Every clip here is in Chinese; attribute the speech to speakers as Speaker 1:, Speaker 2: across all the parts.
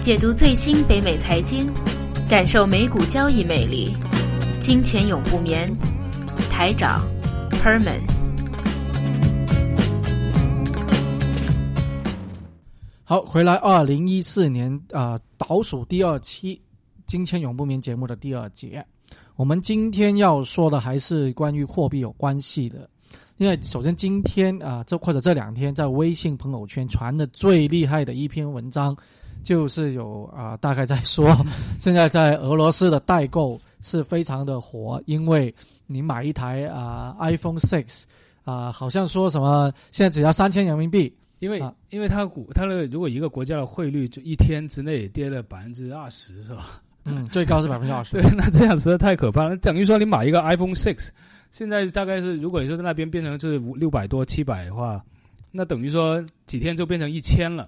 Speaker 1: 解读最新北美财经，感受美股交易魅力。金钱永不眠，台长 Perman。
Speaker 2: 好，回来二零一四年啊、呃倒数第二期《金钱永不眠》节目的第二节，我们今天要说的还是关于货币有关系的，因为首先今天啊、呃这或者这两天在微信朋友圈传的最厉害的一篇文章，就是有啊、呃大概在说 现在在俄罗斯的代购是非常的火，因为你买一台啊、呃 iPhone Six 啊、好像说什么现在只要三千人民币。
Speaker 3: 因为、
Speaker 2: 啊
Speaker 3: 因为它股它的如果一个国家的汇率就一天之内跌了百分之二十是吧？
Speaker 2: 嗯，最高是百分之二十
Speaker 3: 对。， 那这样实在太可怕了。等于说你买一个 iPhone Six，现在大概是如果你说在那边变成是五六百多七百的话，那等于说几天就变成一千了。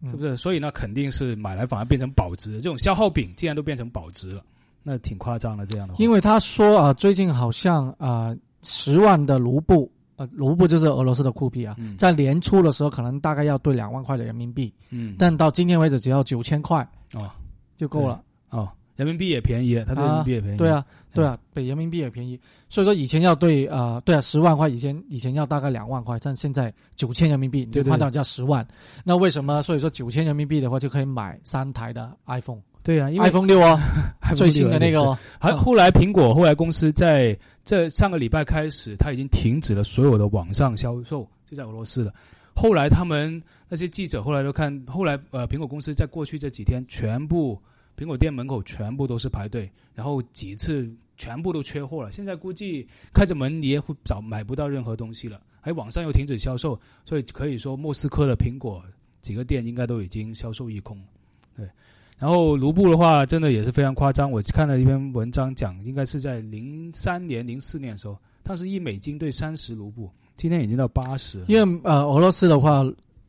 Speaker 2: 嗯
Speaker 3: 是不是？所以呢，肯定是买来反而变成保值，这种消耗品竟然都变成保值了，那挺夸张的。这样的话，
Speaker 2: 因为他说啊、最近好像啊，十、10万的卢布，呃，卢布就是俄罗斯的库币啊，
Speaker 3: 嗯
Speaker 2: 在年初的时候可能大概要兑两万块的人民币，
Speaker 3: 嗯，
Speaker 2: 但到今天为止只要九千块
Speaker 3: 哦
Speaker 2: 就够了。
Speaker 3: 哦，人民币也便宜，它对人民币也便宜，
Speaker 2: 对，啊，对啊，比人民币也便宜。所以说以前要兑啊、呃对啊，十万块以前以前要大概两万块，但现在九千人民币你就
Speaker 3: 对对
Speaker 2: 换到叫十万。那为什么？所以说九千人民币的话就可以买三台的 iPhone，iPhone
Speaker 3: 对啊，因为
Speaker 2: 六哦，
Speaker 3: iPhone
Speaker 2: 最新的那个
Speaker 3: 六
Speaker 2: 哦。
Speaker 3: 啊，还后来苹果后来公司在这上个礼拜开始，它已经停止了所有的网上销售，就在俄罗斯的。后来他们那些记者后来都看，后来呃，苹果公司在过去这几天全部苹果店门口全部都是排队，然后几次全部都缺货了。现在估计开着门你也会找买不到任何东西了，还网上又停止销售，所以可以说莫斯科的苹果几个店应该都已经销售一空了。然后卢布的话，真的也是非常夸张。我看了一篇文章讲，应该是在零三年、零四年的时候，当时一美金兑三十卢布，今天已经到八十。
Speaker 2: 因为呃，俄罗斯的话，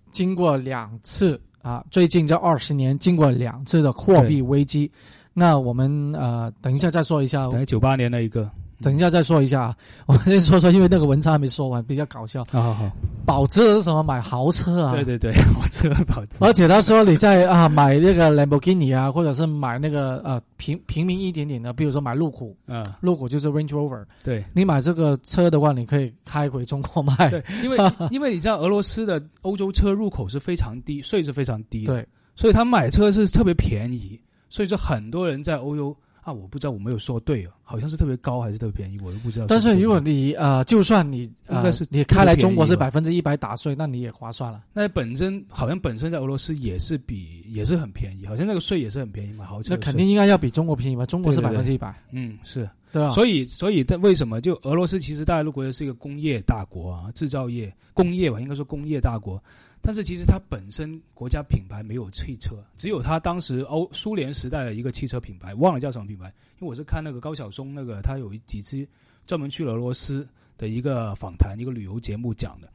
Speaker 2: 经过两次啊，最近这二十年经过两次的货币危机，那我们呃，等一下再说一下，
Speaker 3: 等于哎九八年的一个
Speaker 2: 等一下再说一下啊， 我们先说说，因为那个文章还没说完，比较搞笑。
Speaker 3: 啊，好好，
Speaker 2: 保值的是什么？买豪车啊。
Speaker 3: 对对 对，我吃了保值
Speaker 2: 而且他说你在啊买那个兰博基尼啊，或者是买那个呃平平民一点点的，比如说买路虎，
Speaker 3: 啊，
Speaker 2: 路虎就是 Range Rover，
Speaker 3: 对
Speaker 2: 你买这个车的话，你可以开回中国卖。
Speaker 3: 对，因为因为你知道俄罗斯的欧洲车入口是非常低，税是非常低的，
Speaker 2: 对
Speaker 3: 所以他买车是特别便宜，所以说很多人在欧洲啊，我不知道我没有说对啊，好像是特别高还是特别便宜，我都不知道对
Speaker 2: 但
Speaker 3: 不对。
Speaker 2: 是如果你呃，就算你
Speaker 3: 应
Speaker 2: 呃
Speaker 3: 该是，
Speaker 2: 你开来中国是
Speaker 3: 特
Speaker 2: 百分之一百打税，那你也划算了。
Speaker 3: 那本身好像本身在俄罗斯也是比也是很便宜，好像那个税也是很便宜，买豪车
Speaker 2: 那
Speaker 3: 的
Speaker 2: 肯
Speaker 3: 税
Speaker 2: 定应该要比中国便宜吧？中国是百
Speaker 3: 对
Speaker 2: 分
Speaker 3: 对
Speaker 2: 之一百，
Speaker 3: 嗯是，
Speaker 2: 对吧？
Speaker 3: 所以所以但为什么就俄罗斯其实大家都觉得是一个工业大国啊，制造业工业吧，应该说工业大国，但是其实它本身国家品牌没有汽车，只有它当时欧苏联时代的一个汽车品牌，忘了叫什么品牌，因为我是看那个高晓松那个他有一几期专门去了俄罗斯的一个访谈一个旅游节目讲的，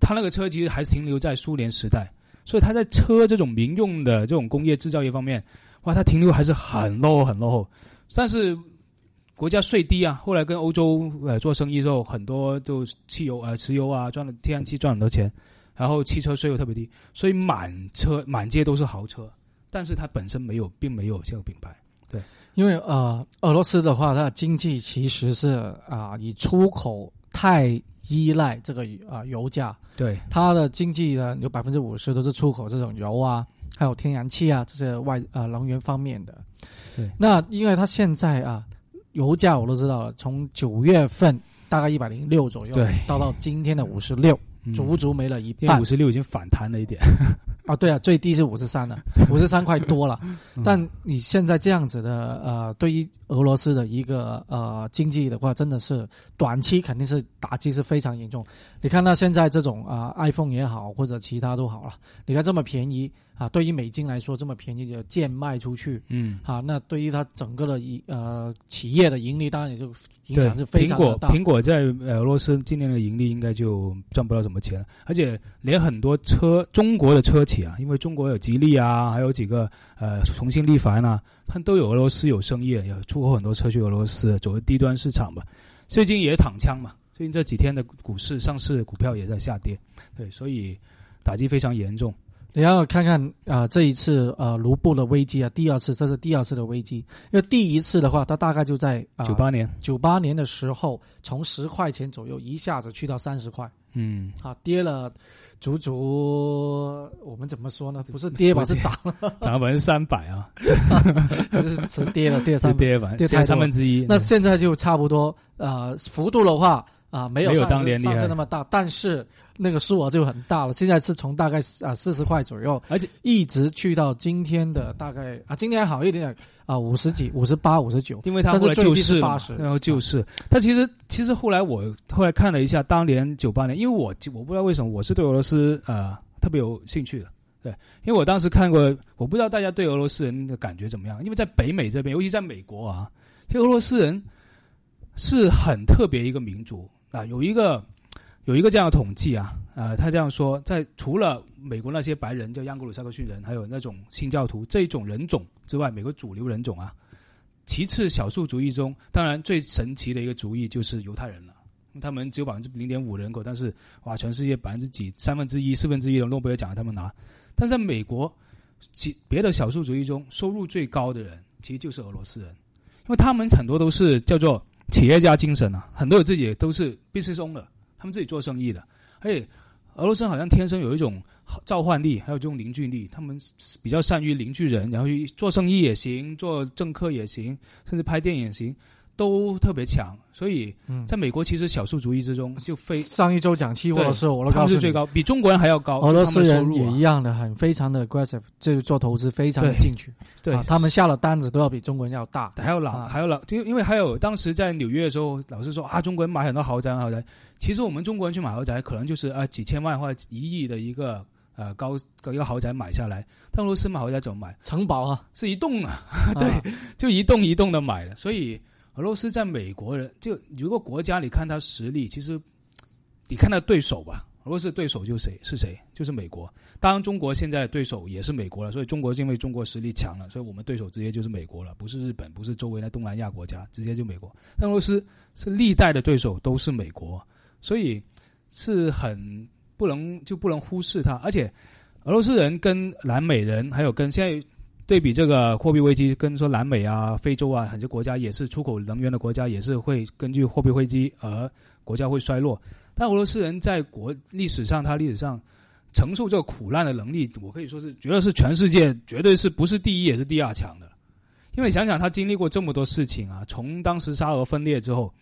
Speaker 3: 他那个车其实还停留在苏联时代，所以他在车这种民用的这种工业制造业方面，哇，它停留还是很落后很落后，但是。国家税低啊，后来跟欧洲呃做生意之后，很多就汽油呃石油啊赚了天然气赚很多钱，然后汽车税又特别低，所以满车满街都是豪车，但是它本身没有，并没有这个品牌。
Speaker 2: 因为呃，俄罗斯的话，它的经济其实是啊、以出口太依赖这个啊、油价，
Speaker 3: 对，
Speaker 2: 它的经济呢有百分之五十都是出口这种油啊，还有天然气啊这些外呃能源方面的。
Speaker 3: 对
Speaker 2: 那因为它现在啊，油价我都知道了，从九月份大概一百零六左右，
Speaker 3: 对
Speaker 2: 到到今天的五十六，
Speaker 3: 嗯
Speaker 2: 足足没了一
Speaker 3: 因为
Speaker 2: 半
Speaker 3: 五十六已经反弹了一点，
Speaker 2: 啊！对啊，最低是五十 三了，五十三块多了。
Speaker 3: 嗯
Speaker 2: 但你现在这样子的呃，对于俄罗斯的一个呃经济的话，真的是短期肯定是打击是非常严重。你看到现在这种啊、呃 iPhone 也好，或者其他都好了，你看这么便宜啊，对于美金来说这么便宜的贱卖出去。
Speaker 3: 嗯，
Speaker 2: 啊，那对于它整个的一呃企业的盈利，当然也就影响
Speaker 3: 对
Speaker 2: 是非常
Speaker 3: 苹
Speaker 2: 的
Speaker 3: 果
Speaker 2: 大。
Speaker 3: 苹果在呃俄罗斯今年的盈利应该就赚不到什么钱了，而且连很多车中国的车企啊，因为中国有吉利啊，还有几个呃重庆力帆啊，它都有俄罗斯有生意，也出口很多车去俄罗斯，走的低端市场吧。最近也躺枪嘛，最近这几天的股市上市股票也在下跌，对，所以打击非常严重。
Speaker 2: 你要看看啊、呃这一次呃卢布的危机啊，第二次，这是第二次的危机。因为第一次的话，它大概就在啊
Speaker 3: 九八年，
Speaker 2: 九八年的时候，从十块钱左右一下子去到三十块
Speaker 3: 嗯，
Speaker 2: 啊，跌了足足我们怎么说呢？不是跌吧，
Speaker 3: 不
Speaker 2: 是
Speaker 3: 是
Speaker 2: 涨了，
Speaker 3: 涨了百分之三百啊，
Speaker 2: 就是是跌了，跌了
Speaker 3: 这
Speaker 2: 三分。
Speaker 3: 跌完，
Speaker 2: 跌太多
Speaker 3: 跌三分之一。
Speaker 2: 那现在就差不多啊、呃幅度的话啊、没有
Speaker 3: 没有
Speaker 2: 上
Speaker 3: 当
Speaker 2: 次
Speaker 3: 年厉
Speaker 2: 上次
Speaker 3: 害
Speaker 2: 那么大，但是那个数额就很大了。现在是从大概啊四十块左右，
Speaker 3: 而且
Speaker 2: 一直去到今天的大概啊，今天还好一点啊，五十几、五十八、五十九。
Speaker 3: 因为他
Speaker 2: 但是
Speaker 3: 后来
Speaker 2: 最
Speaker 3: 就
Speaker 2: 低是嗯
Speaker 3: 市嘛
Speaker 2: 80
Speaker 3: 然后就是，但其实其实后来我后来看了一下当年九八年，因为我我不知道为什么我是对俄罗斯呃特别有兴趣的，对，因为我当时看过，我不知道大家对俄罗斯人的感觉怎么样，因为在北美这边，尤其在美国啊，其实俄罗斯人是很特别一个民族啊，有一个有一个这样的统计啊，呃，他这样说，在除了美国那些白人叫盎格鲁撒克逊人，还有那种新教徒这一种人种之外，美国主流人种啊，其次少数族裔中，当然最神奇的一个族裔就是犹太人了。他们只有百分之零点五人口，但是哇，全世界百分之几、三分之一、四分之一的诺贝尔奖他们拿。但是在美国，其别的少数族裔中，收入最高的人其实就是俄罗斯人，因为他们很多都是叫做企业家精神啊，很多有自己都是 business owner，他们自己做生意的。而且俄罗斯人好像天生有一种召唤力，还有这种凝聚力，他们比较善于凝聚人，然后做生意也行，做政客也行，甚至拍电影也行，都特别强。所以
Speaker 2: 嗯，
Speaker 3: 在美国，其实少数族裔之中就非
Speaker 2: 上一周讲期货的时候，我都
Speaker 3: 他
Speaker 2: 告
Speaker 3: 们
Speaker 2: 诉
Speaker 3: 是
Speaker 2: 你，
Speaker 3: 最高，比中国人还要高。
Speaker 2: 俄罗斯
Speaker 3: 就他
Speaker 2: 人
Speaker 3: 们的收
Speaker 2: 也
Speaker 3: 入啊
Speaker 2: 一样的，很非常的 aggressive，就是做投资非常的
Speaker 3: 对
Speaker 2: 进取。
Speaker 3: 对
Speaker 2: 啊，他们下了单子都要比中国人要大。
Speaker 3: 还有老、
Speaker 2: 啊
Speaker 3: 还有老，就因为还有当时在纽约的时候，老是说啊，中国人买很多豪宅豪宅。其实我们中国人去买豪宅，可能就是啊几千万或者一亿的一个呃高高一个豪宅买下来。但俄罗斯买豪宅怎么买？
Speaker 2: 城堡啊，
Speaker 3: 是一栋啊，
Speaker 2: 对，
Speaker 3: 就一栋一栋的买的。所以俄罗斯在美国人就如果国家你看他实力，其实你看他对手吧，俄罗斯的对手就是谁是谁就是美国。当然，中国现在的对手也是美国了，所以中国是因为中国实力强了，所以我们对手直接就是美国了，不是日本，不是周围的东南亚国家，直接就美国。但俄罗斯是历代的对手都是美国，所以是很不能就不能忽视它。而且俄罗斯人跟南美人，还有跟现在对比这个货币危机，跟说南美啊、非洲啊很多国家也是出口能源的国家，也是会根据货币危机而国家会衰落。但俄罗斯人在国历史上，他历史上啊承受这个苦难的能力，我可以说是觉得是全世界绝对是不是第一也是第二强的。因为你想想，他经历过这么多事情啊，从当时沙俄分裂之后，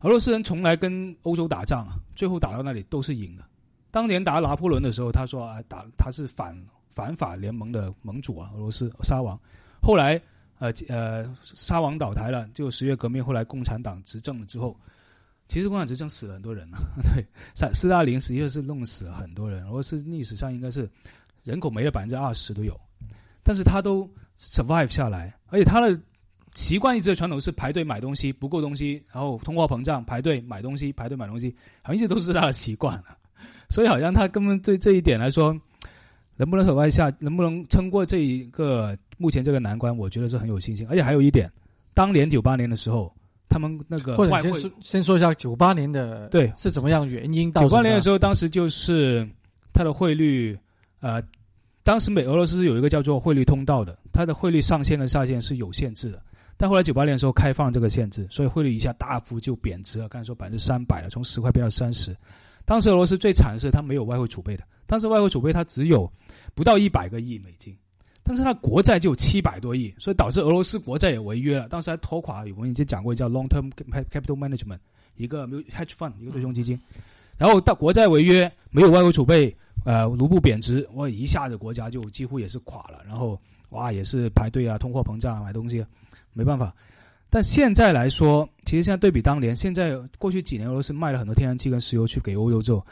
Speaker 3: 俄罗斯人从来跟欧洲打仗啊，最后打到那里都是赢的。当年打拿破仑的时候，他说啊，打他是反反法联盟的盟主啊，俄罗斯沙王。后来呃呃，沙王倒台了，就十月革命，后来共产党执政了之后，其实共产党执政死了很多人啊， 对，斯斯大林实际上是弄死了很多人，俄罗斯历史上应该是人口没了百分之二十都有，但是他都 survive 下来，而且他的习惯一直的传统是排队买东西，不够东西，然后通货膨胀，排队买东西，排队买东西，好像一直都是他的习惯了、所以好像他根本对这一点来说，能不能 survive 下，能不能撑过这一个目前这个难关，我觉得是很有信心。而且还有一点，当年九八年的时候，他们那个
Speaker 2: 或者
Speaker 3: 外
Speaker 2: 你先
Speaker 3: 汇
Speaker 2: 说先说一下九八年的
Speaker 3: 对
Speaker 2: 是怎么样原因到
Speaker 3: 九八年的时
Speaker 2: 候，
Speaker 3: 候，当时就是它的汇率，呃，当时美俄罗斯有一个叫做汇率通道的，它的汇率上限跟下限是有限制的。但后来九八年的时候开放这个限制，所以汇率一下大幅就贬值啊了，刚才说百分之三百了，从十块变到三十。当时俄罗斯最惨的是它没有外汇储备的，当时外汇储备它只有不到一百个亿美金，但是它国债就有七百多亿，所以导致俄罗斯国债也违约了，当时还拖垮。我们已经讲过叫 long term capital management，一个 hedge fund 一个对冲基金，然后到国债违约，没有外汇储备，呃，卢布贬值，哇，一下子国家就几乎也是垮了。然后哇，也是排队啊，通货膨胀啊，买东西啊，没办法。但现在来说，其实现在对比当年，现在过去几年俄罗斯卖了很多天然气跟石油去给欧洲之后，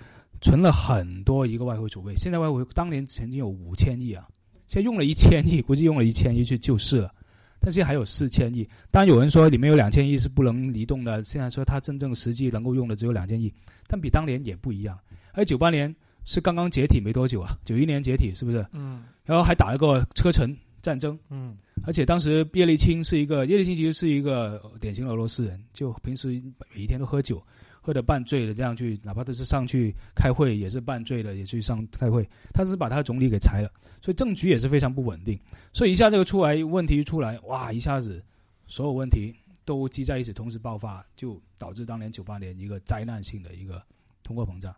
Speaker 3: 存了很多一个外汇储备。现在外汇当年曾经有五千亿啊，现在用了一千亿，估计用了一千亿去救市了。但是还有四千亿，当然有人说里面有两千亿是不能移动的，现在说它真正实际能够用的只有两千亿，但比当年也不一样。而九八年是刚刚解体没多久啊，九一年解体是不是？
Speaker 2: 嗯
Speaker 3: 然后还打了个车臣战争，
Speaker 2: 嗯，
Speaker 3: 而且当时叶利钦是一个叶利钦其实是一个典型的俄罗斯人，就平时每一天都喝酒，喝得半醉的这样去，哪怕他是上去开会也是半醉的也去上开会，他是把他的总理给裁了，所以政局也是非常不稳定。所以一下这个出来问题一出来，哇，一下子所有问题都积在一起，同时爆发，就导致当年九八年一个灾难性的一个通货膨胀。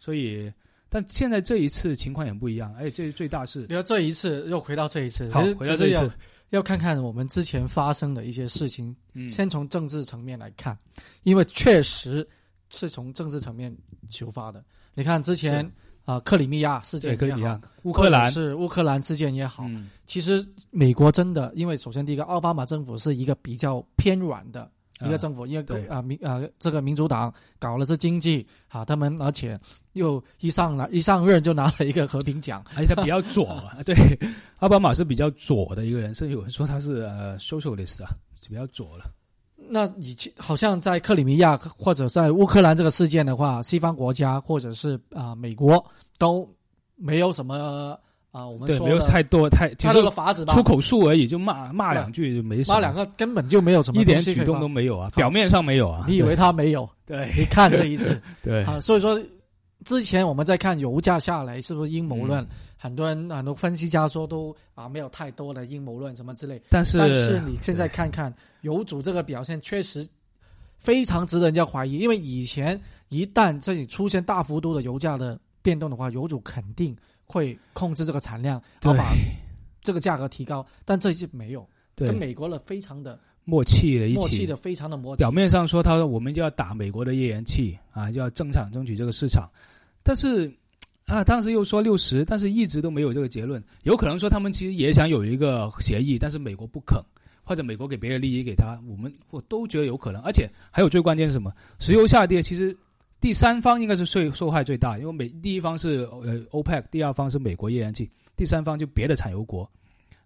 Speaker 3: 所以，但现在这一次情况也不一样，哎，这最大是
Speaker 2: 你要这一次又回到这一次，
Speaker 3: 好
Speaker 2: 其实
Speaker 3: 回到
Speaker 2: 只是
Speaker 3: 这一次
Speaker 2: 要要看看我们之前发生的一些事情，
Speaker 3: 嗯
Speaker 2: 先从政治层面来看，因为确实是从政治层面出发的。你看之前
Speaker 3: 是
Speaker 2: 啊、克里米亚事
Speaker 3: 对
Speaker 2: 件
Speaker 3: 跟
Speaker 2: 也
Speaker 3: 你一
Speaker 2: 好，
Speaker 3: 样，乌
Speaker 2: 乌
Speaker 3: 克兰
Speaker 2: 是乌克兰事件也好，
Speaker 3: 嗯
Speaker 2: 其实美国真的，因为首先第一个，奥巴马政府是一个比较偏软的一个
Speaker 3: 啊
Speaker 2: 政府，因为
Speaker 3: 对
Speaker 2: 啊民啊这个民主党搞了是经济啊，他们而且又一上来一上任就拿了一个和平奖，
Speaker 3: 而且他比较左嘛， 对，奥巴马是比较左的一个人，甚至有人说他是呃 socialist 啊，就比较左了。
Speaker 2: 那以前好像在克里米亚或者在乌克兰这个事件的话，西方国家或者是啊、美国都没有什么啊、我们
Speaker 3: 对，
Speaker 2: 说
Speaker 3: 没有
Speaker 2: 的
Speaker 3: 太多太，其
Speaker 2: 太
Speaker 3: 实
Speaker 2: 多的法子吧
Speaker 3: 出，口术而已，就骂骂两句就没什么，
Speaker 2: 那啊两个根本就没有什么
Speaker 3: 一点
Speaker 2: 东西可
Speaker 3: 举
Speaker 2: 以
Speaker 3: 动
Speaker 2: 放
Speaker 3: 都没有啊，表面上没有啊。
Speaker 2: 你以为他没有？
Speaker 3: 对
Speaker 2: 你看这一次
Speaker 3: 对
Speaker 2: 啊，所以说之前我们在看油价下来是不是阴谋
Speaker 3: 嗯
Speaker 2: 论，很多人很多分析家说都啊没有太多的阴谋论什么之类，
Speaker 3: 但是
Speaker 2: 但是你现在看看油主这个表现，确实非常值得人家怀疑，因为以前一旦这里出现大幅度的油价的变动的话，油主肯定会控制这个产量，然
Speaker 3: 对
Speaker 2: 后把这个价格提高，但这次没有，跟
Speaker 3: 对
Speaker 2: 美国的非常的
Speaker 3: 默契的一
Speaker 2: 默契
Speaker 3: 起，
Speaker 2: 的非常的默契
Speaker 3: 表。面上说他说我们就要打美国的页岩气啊，就要争抢争取这个市场，但是啊，当时又说六十，但是一直都没有这个结论。有可能说他们其实也想有一个协议，但是美国不肯，或者美国给别的利益给他，我们我都觉得有可能。而且还有最关键是什么？石油下跌，其实第三方应该是受受害最大，因为美第一方是呃 OPEC，第二方是美国页岩气，第三方就别的产油国。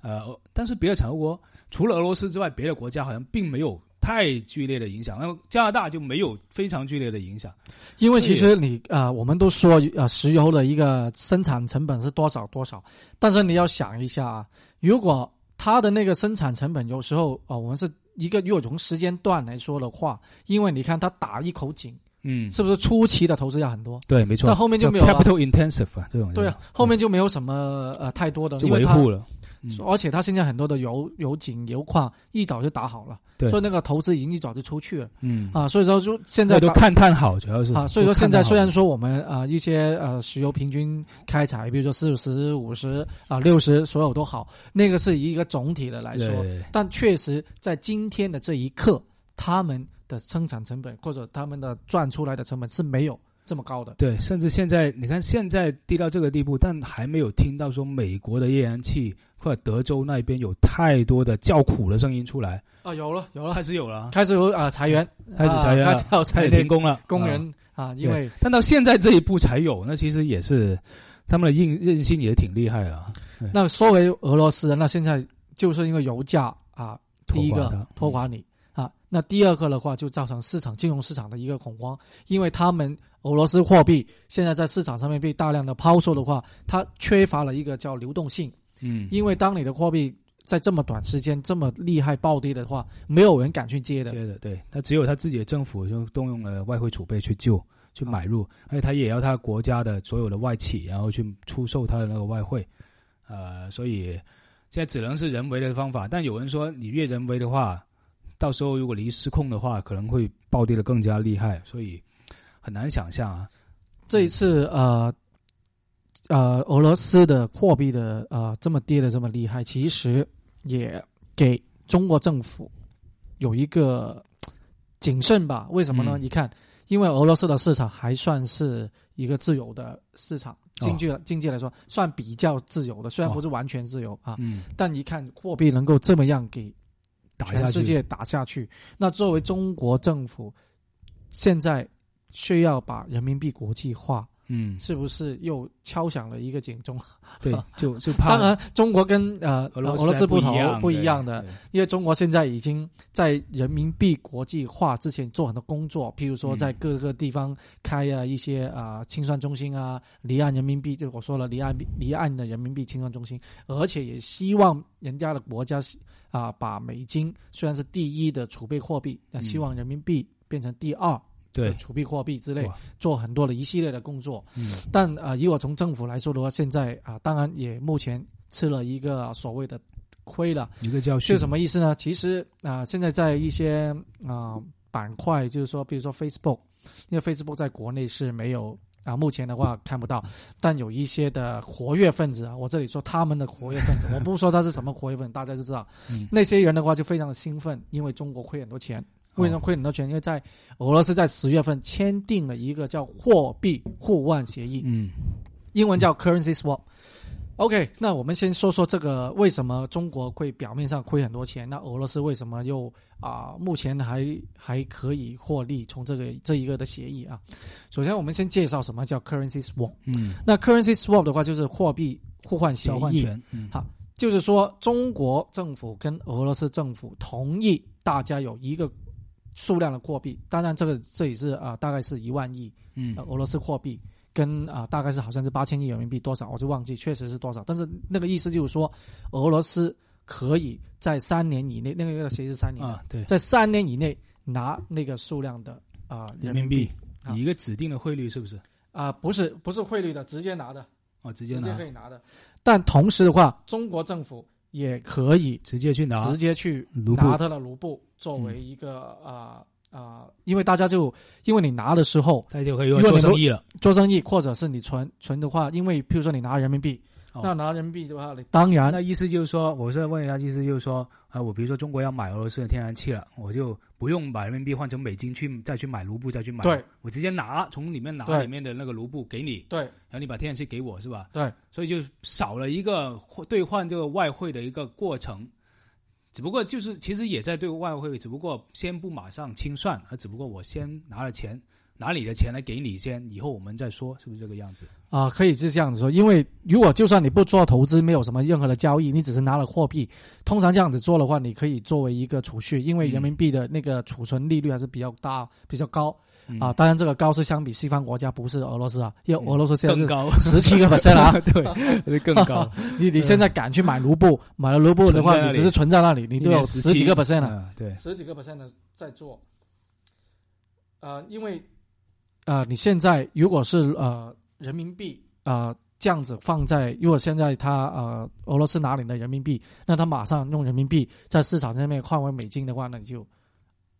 Speaker 3: 呃，但是别的产油国除了俄罗斯之外，别的国家好像并没有太剧烈的影响。那么加拿大就没有非常剧烈的影响。
Speaker 2: 因为其实你啊、呃我们都说呃，石油的一个生产成本是多少多少，但是你要想一下啊，如果它的那个生产成本有时候啊、呃我们是一个如果从时间段来说的话，因为你看它打一口井，
Speaker 3: 嗯，
Speaker 2: 是不是初期的投资要很多？
Speaker 3: 对，没错。
Speaker 2: 但后面就没有了
Speaker 3: capital intensive 啊，这种
Speaker 2: 对啊，后面就没有什么呃太多的，
Speaker 3: 就
Speaker 2: 因为
Speaker 3: 维
Speaker 2: 它
Speaker 3: 护了。嗯
Speaker 2: 而且它现在很多的油油井、油矿一早就打好了，
Speaker 3: 对
Speaker 2: 所以那个投资已经一早就出去了
Speaker 3: 嗯，
Speaker 2: 啊，所以说就现在
Speaker 3: 那都
Speaker 2: 打
Speaker 3: 看看嗯好，主要是
Speaker 2: 啊，所以说现在虽然
Speaker 3: 说
Speaker 2: 说我们啊、呃一些呃石油平均开采，比如说四十五十啊六十，所有都好，那个是以一个总体的来说，但确实在今天的这一刻，他们的生产成本或者他们的赚出来的成本是没有这么高的。
Speaker 3: 对，甚至现在你看现在低到这个地步，但还没有听到说美国的页岩气或者德州那边有太多的叫苦的声音出来，
Speaker 2: 啊，有了有了，
Speaker 3: 开始有了啊，
Speaker 2: 开始有啊、呃裁员，
Speaker 3: 开始裁员
Speaker 2: 啊
Speaker 3: 了
Speaker 2: 开始要
Speaker 3: 开
Speaker 2: 裁
Speaker 3: 始
Speaker 2: 那
Speaker 3: 停工了，
Speaker 2: 工
Speaker 3: 啊
Speaker 2: 人啊，因为
Speaker 3: 但到现在这一步才有，那其实也是他们的硬韧性也挺厉害啊。
Speaker 2: 那说回俄罗斯，那现在就是因为油价啊，第一
Speaker 3: 拖垮它
Speaker 2: 个拖垮你啊，那第二个的话就造成市场金融市场的一个恐慌，因为他们俄罗斯货币现在在市场上面被大量的抛售的话，它缺乏了一个叫流动性，
Speaker 3: 嗯
Speaker 2: 因为当你的货币在这么短时间这么厉害暴跌的话，没有人敢去接的。
Speaker 3: 接着对，他只有他自己的政府就动用了外汇储备去救、去买入，而且他也要他国家的所有的外企，然后去出售他的那个外汇，呃，所以现在只能是人为的方法。但有人说，你越人为的话，到时候如果离失控的话，可能会暴跌的更加厉害，所以很难想象啊。
Speaker 2: 这一次呃呃，俄罗斯的货币的呃这么跌的这么厉害，其实也给中国政府有一个嘖谨慎吧？为什么呢？
Speaker 3: 嗯
Speaker 2: 你看，因为俄罗斯的市场还算是一个自由的市场，经济、经济来说算比较自由的，虽然
Speaker 3: 哦
Speaker 2: 不是完全自由、啊，
Speaker 3: 嗯，
Speaker 2: 但一看货币能够这么样给
Speaker 3: 打
Speaker 2: 全
Speaker 3: 下
Speaker 2: 世
Speaker 3: 去，
Speaker 2: 界打下去。那作为中国政府，现在需要把人民币国际化，
Speaker 3: 嗯，
Speaker 2: 是不是又敲响了一个警钟？
Speaker 3: 对，就就怕
Speaker 2: 当然，中国跟呃
Speaker 3: 啊俄罗
Speaker 2: 斯
Speaker 3: 斯
Speaker 2: 不
Speaker 3: 不
Speaker 2: 同不一样
Speaker 3: 的
Speaker 2: 的，，因为中国现在已经在人民币国际化之前做很多工作，譬如说
Speaker 3: 嗯
Speaker 2: 在各个地方开啊一些啊、清算中心啊，离岸人民币，就我说了离岸离岸的人民币清算中心，而且也希望人家的国家是啊、把美金虽然是第一的储备货币，但
Speaker 3: 嗯
Speaker 2: 希望人民币变成第二。
Speaker 3: 对
Speaker 2: 就储备货币之类
Speaker 3: 哇，
Speaker 2: 做很多的一系列的工作。
Speaker 3: 嗯
Speaker 2: 但呃，以我从政府来说的话，现在啊、当然也目前吃了一个所谓的亏了，
Speaker 3: 一个教训
Speaker 2: 是什么意思呢？其实啊、现在在一些啊、板块，就是说，比如说 Facebook，因为 Facebook 在国内是没有啊、目前的话看不到，但有一些的活跃分子啊，我这里说他们的活跃分子，我不说他是什么活跃分子，大家就知道，
Speaker 3: 嗯
Speaker 2: 那些人的话就非常的兴奋，因为中国亏很多钱。为什么亏很多钱？因为在俄罗斯在十月份签订了一个叫货币互换协议，
Speaker 3: 嗯
Speaker 2: 英文叫 currency swap。OK，那我们先说说这个为什么中国会表面上亏很多钱，那俄罗斯为什么又啊、目前还还可以获利从这个这一个的协议啊？首先，我们先介绍什么叫 currency swap。
Speaker 3: 嗯，
Speaker 2: 那 currency swap 的话就是货币互换协
Speaker 3: 交换
Speaker 2: 议，
Speaker 3: 权，嗯
Speaker 2: 好就是说中国政府跟俄罗斯政府同意大家有一个数量的货币，当然这个这也是啊、大概是一万亿
Speaker 3: 嗯
Speaker 2: 呃俄罗斯货币跟啊、大概是好像是八千亿人民币多少，我就忘记确实是多少，但是那个意思就是说俄罗斯可以在三年以内，那个协议是三年的，
Speaker 3: 啊，对，
Speaker 2: 在三年以内拿那个数量的啊、人民
Speaker 3: 币
Speaker 2: 啊
Speaker 3: 以一个指定的汇率是不是？
Speaker 2: 啊、不是不是汇率的，直接拿的，
Speaker 3: 哦，直接
Speaker 2: 直接
Speaker 3: 拿
Speaker 2: 可，以拿的。但同时的话，中国政府也可以
Speaker 3: 直接去拿
Speaker 2: 直接去
Speaker 3: 卢布
Speaker 2: 拿它的卢布作为一个啊啊、呃因为大家就因为你拿的时候
Speaker 3: 大家就可以用
Speaker 2: 如
Speaker 3: 来
Speaker 2: 果你
Speaker 3: 做生
Speaker 2: 如
Speaker 3: 意了。
Speaker 2: 做生意，或者是你存存的话，因为譬如说你拿人民币，
Speaker 3: 哦
Speaker 2: 那拿人民币的话，你当然
Speaker 3: 那意思就是说，我是问一下，意思就是说，啊，我比如说中国要买俄罗斯的天然气了，我就不用把人民币换成美金去再去买卢布再去买，
Speaker 2: 对，
Speaker 3: 我直接拿从里面拿
Speaker 2: 对
Speaker 3: 里面的那个卢布给你，
Speaker 2: 对
Speaker 3: 然后你把天然气给我是吧？
Speaker 2: 对，
Speaker 3: 所以就少了一个货兑换这个外汇的一个过程。只不过就是其实也在对外汇，只不过先不马上清算，而只不过我先拿了钱，拿你的钱来给你先，以后我们再说，是不是这个样子？
Speaker 2: 啊、可以是这样子说，因为如果就算你不做投资，没有什么任何的交易，你只是拿了货币，通常这样子做的话，你可以作为一个储蓄，因为人民币的那个储存利率还是比较大、比较高
Speaker 3: 嗯
Speaker 2: 啊。当然，这个高是相比西方国家，不是俄罗斯啊，因为俄 罗斯现在
Speaker 3: 更
Speaker 2: 是
Speaker 3: 高，
Speaker 2: 十七个 percent 啊，
Speaker 3: 对，更高。
Speaker 2: 你你现在敢去买卢布，买了卢布的话，
Speaker 3: 存在那里
Speaker 2: 你只是存在那里，你都有十几个 percent 了，
Speaker 3: 啊， 对，
Speaker 2: 十几个 percent 的在做。呃，因为呃，你现在如果是呃人民币呃这样子放在，如果现在他呃俄罗斯拿你的人民币，那他马上用人民币在市场上面换为美金的话，那你就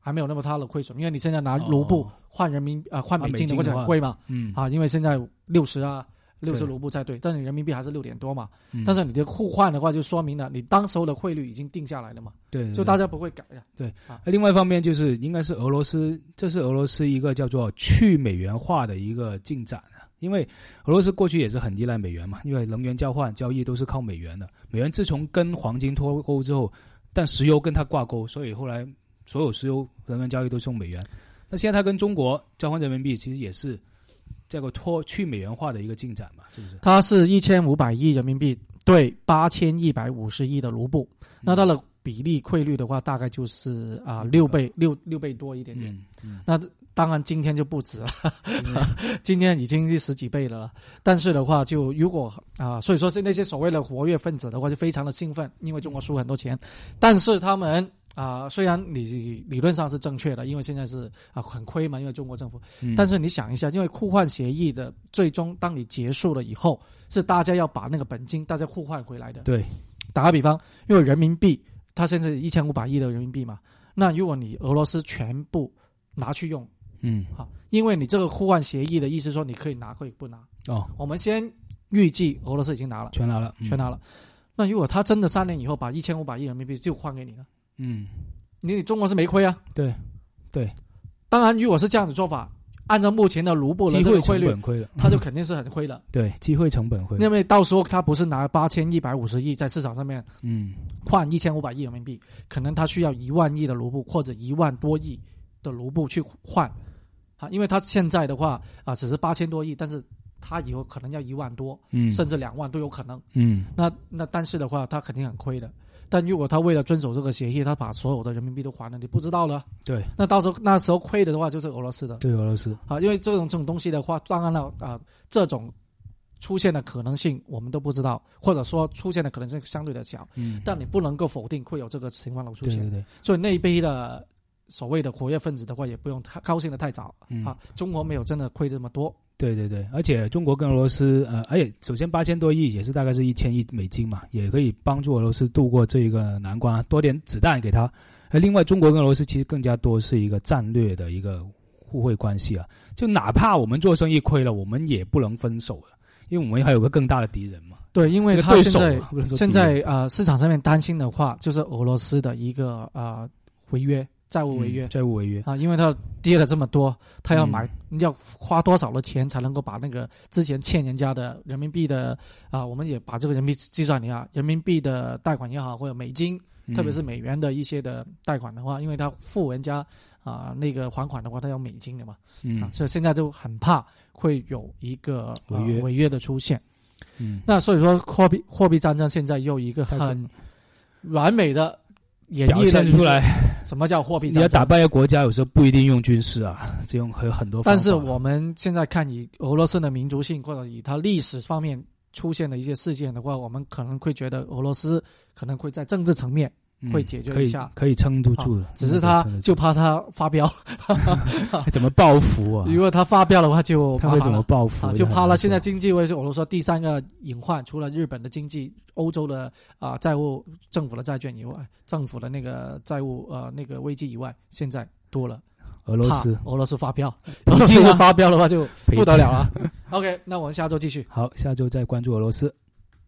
Speaker 2: 还没有那么大的亏损，因为你现在拿卢布
Speaker 3: 哦
Speaker 2: 换人民呃换
Speaker 3: 换
Speaker 2: 美
Speaker 3: 美
Speaker 2: 金的
Speaker 3: 金
Speaker 2: 话
Speaker 3: 的
Speaker 2: 就
Speaker 3: 话
Speaker 2: 很贵嘛，
Speaker 3: 嗯，
Speaker 2: 啊，因为现在六十啊。六十
Speaker 3: 对
Speaker 2: 卢布才对，但是人民币还是六点多嘛。
Speaker 3: 嗯
Speaker 2: 但是你的互换的话，就说明了你当时候的汇率已经定下来了嘛，
Speaker 3: 对，对
Speaker 2: 就大家不会改的。
Speaker 3: 那另外一方面就是，应该是俄罗斯，这是俄罗斯一个叫做去美元化的一个进展啊。因为俄罗斯过去也是很依赖美元嘛，因为能源交换交易都是靠美元的。美元自从跟黄金脱钩之后，但石油跟它挂钩，所以后来所有石油能源交易都是用美元。那现在它跟中国交换人民币，其实也是这个脱去美元化的一个进展嘛，是不是？
Speaker 2: 它是一千五百亿人民币对八千一百五十亿的卢布，那它的比例汇率的话，大概就是啊六、倍六六倍多一点点。
Speaker 3: 嗯嗯
Speaker 2: 当然今天就不止了， 今天已经是十几倍了啦。但是的话，就如果啊、所以说是那些所谓的活跃分子的话，就非常的兴奋，因为中国输很多钱，但是他们啊、虽然理理论上是正确的，因为现在是啊、很亏嘛，因为中国政府。
Speaker 3: 嗯
Speaker 2: 但是你想一下，因为互换协议的最终，当你结束了以后，是大家要把那个本金大家互换回来的。
Speaker 3: 对，
Speaker 2: 打个比方，因为人民币它现在一千五百亿的人民币嘛，那如果你俄罗斯全部拿去用。
Speaker 3: 嗯
Speaker 2: 啊，因为你这个互换协议的意思说你可以拿可以不拿。
Speaker 3: 哦，
Speaker 2: 我们先预计俄罗斯已经拿了，
Speaker 3: 全拿了，嗯
Speaker 2: 全，拿了。那如果他真的三年以后把一千五百亿人民币就换给你了，
Speaker 3: 嗯，
Speaker 2: 你你中国是没亏啊。
Speaker 3: 对，对。
Speaker 2: 当然，如果是这样的做法，按照目前的卢布的
Speaker 3: 机
Speaker 2: 这
Speaker 3: 会
Speaker 2: 个汇
Speaker 3: 成
Speaker 2: 率，
Speaker 3: 本嗯亏了，
Speaker 2: 他就肯定是很亏的。
Speaker 3: 对，机会成本亏了，
Speaker 2: 因为到时候他不是拿八千一百五十亿在市场上面
Speaker 3: 嗯。
Speaker 2: 换一千五百亿人民币，可能他需要一万亿的卢布或者一万多亿的卢布去换，啊，因为他现在的话啊、只是八千多亿，但是他以后可能要一万多，
Speaker 3: 嗯
Speaker 2: 甚至两万都有可能。
Speaker 3: 嗯
Speaker 2: 那那但是的话，他肯定很亏的。但如果他为了遵守这个协议，他把所有的人民币都还了，你不知道了。
Speaker 3: 对，
Speaker 2: 那到时候那时候亏的话就是俄罗斯的
Speaker 3: 对俄罗斯，
Speaker 2: 啊，因为这种这种东西的话，当然了啊、这种出现的可能性我们都不知道，或者说出现的可能性相对的小。
Speaker 3: 嗯，
Speaker 2: 但你不能够否定会有这个情况的出
Speaker 3: 对
Speaker 2: 现。
Speaker 3: 对对，
Speaker 2: 所以那一批的所谓的活跃分子的话，也不用太高兴的太早、
Speaker 3: 嗯
Speaker 2: 啊。中国没有真的亏这么多，
Speaker 3: 对对对，而且中国跟俄罗斯，呃，而且首先八千多亿也是大概是一千亿美金嘛，也可以帮助俄罗斯度过这一个难关，多点子弹给他。呃，另外，中国跟俄罗斯其实更加多是一个战略的一个互惠关系啊，就哪怕我们做生意亏了，我们也不能分手了，因为我们还有个更大的敌人嘛。
Speaker 2: 对，因为
Speaker 3: 那个
Speaker 2: 他
Speaker 3: 对
Speaker 2: 现
Speaker 3: 手
Speaker 2: 在
Speaker 3: 嘛不能说
Speaker 2: 现
Speaker 3: 敌人
Speaker 2: 在呃市场上面担心的话，就是俄罗斯的一个呃违约债务违约
Speaker 3: 嗯、。债务违约，
Speaker 2: 啊，因为它跌了这么多，他要
Speaker 3: 嗯
Speaker 2: 买、要花多少的钱才能够把那个之前欠人家的人民币的啊，我们也把这个人民币计算一下，人民币的贷款也好，或者美金，
Speaker 3: 嗯
Speaker 2: 特别是美元的一些的贷款的话，因为他付人家啊那个还款的话，他要美金的嘛，啊
Speaker 3: 嗯，
Speaker 2: 所以现在就很怕会有一个、呃
Speaker 3: 违约
Speaker 2: 违约的出现。
Speaker 3: 嗯，
Speaker 2: 那所以说货币货币战争现在又一个
Speaker 3: 太过
Speaker 2: 很完美的演
Speaker 3: 表
Speaker 2: 绎了
Speaker 3: 现
Speaker 2: 一
Speaker 3: 出
Speaker 2: 些
Speaker 3: 来，
Speaker 2: 什么叫货币
Speaker 3: 你
Speaker 2: 战
Speaker 3: 要
Speaker 2: 争
Speaker 3: 打。败一个国家，有时候不一定用军事啊，这种还有很多方法。
Speaker 2: 但是我们现在看以俄罗斯的民族性或者以它历史方面出现的一些事件的话，我们可能会觉得俄罗斯可能会在政治层面，
Speaker 3: 嗯
Speaker 2: 会解决
Speaker 3: 可以
Speaker 2: 一下啊
Speaker 3: 可以撑得住的。
Speaker 2: 只是他
Speaker 3: 嗯
Speaker 2: 就怕他发飙，
Speaker 3: 怎么报复啊？
Speaker 2: 如果他发飙的话就
Speaker 3: 他
Speaker 2: 麻
Speaker 3: 会怎
Speaker 2: 烦
Speaker 3: 么
Speaker 2: 了。
Speaker 3: 报复
Speaker 2: 啊，？
Speaker 3: 这
Speaker 2: 就
Speaker 3: 很
Speaker 2: 怕了。
Speaker 3: 难
Speaker 2: 现在
Speaker 3: 说
Speaker 2: 经济为俄罗斯第三个隐患，除了日本的经济、欧洲的啊、债务、政府的债券以外，政府的那个债务呃那个危机以外，现在多了。
Speaker 3: 俄
Speaker 2: 俄
Speaker 3: 罗斯、
Speaker 2: 俄罗斯发 飙，
Speaker 3: 北
Speaker 2: 俄罗
Speaker 3: 京啊
Speaker 2: 斯发飙的话就
Speaker 3: 北
Speaker 2: 不得啊
Speaker 3: 京
Speaker 2: 了。了。OK，那我们下周继续。
Speaker 3: 好，下周再关注俄罗斯。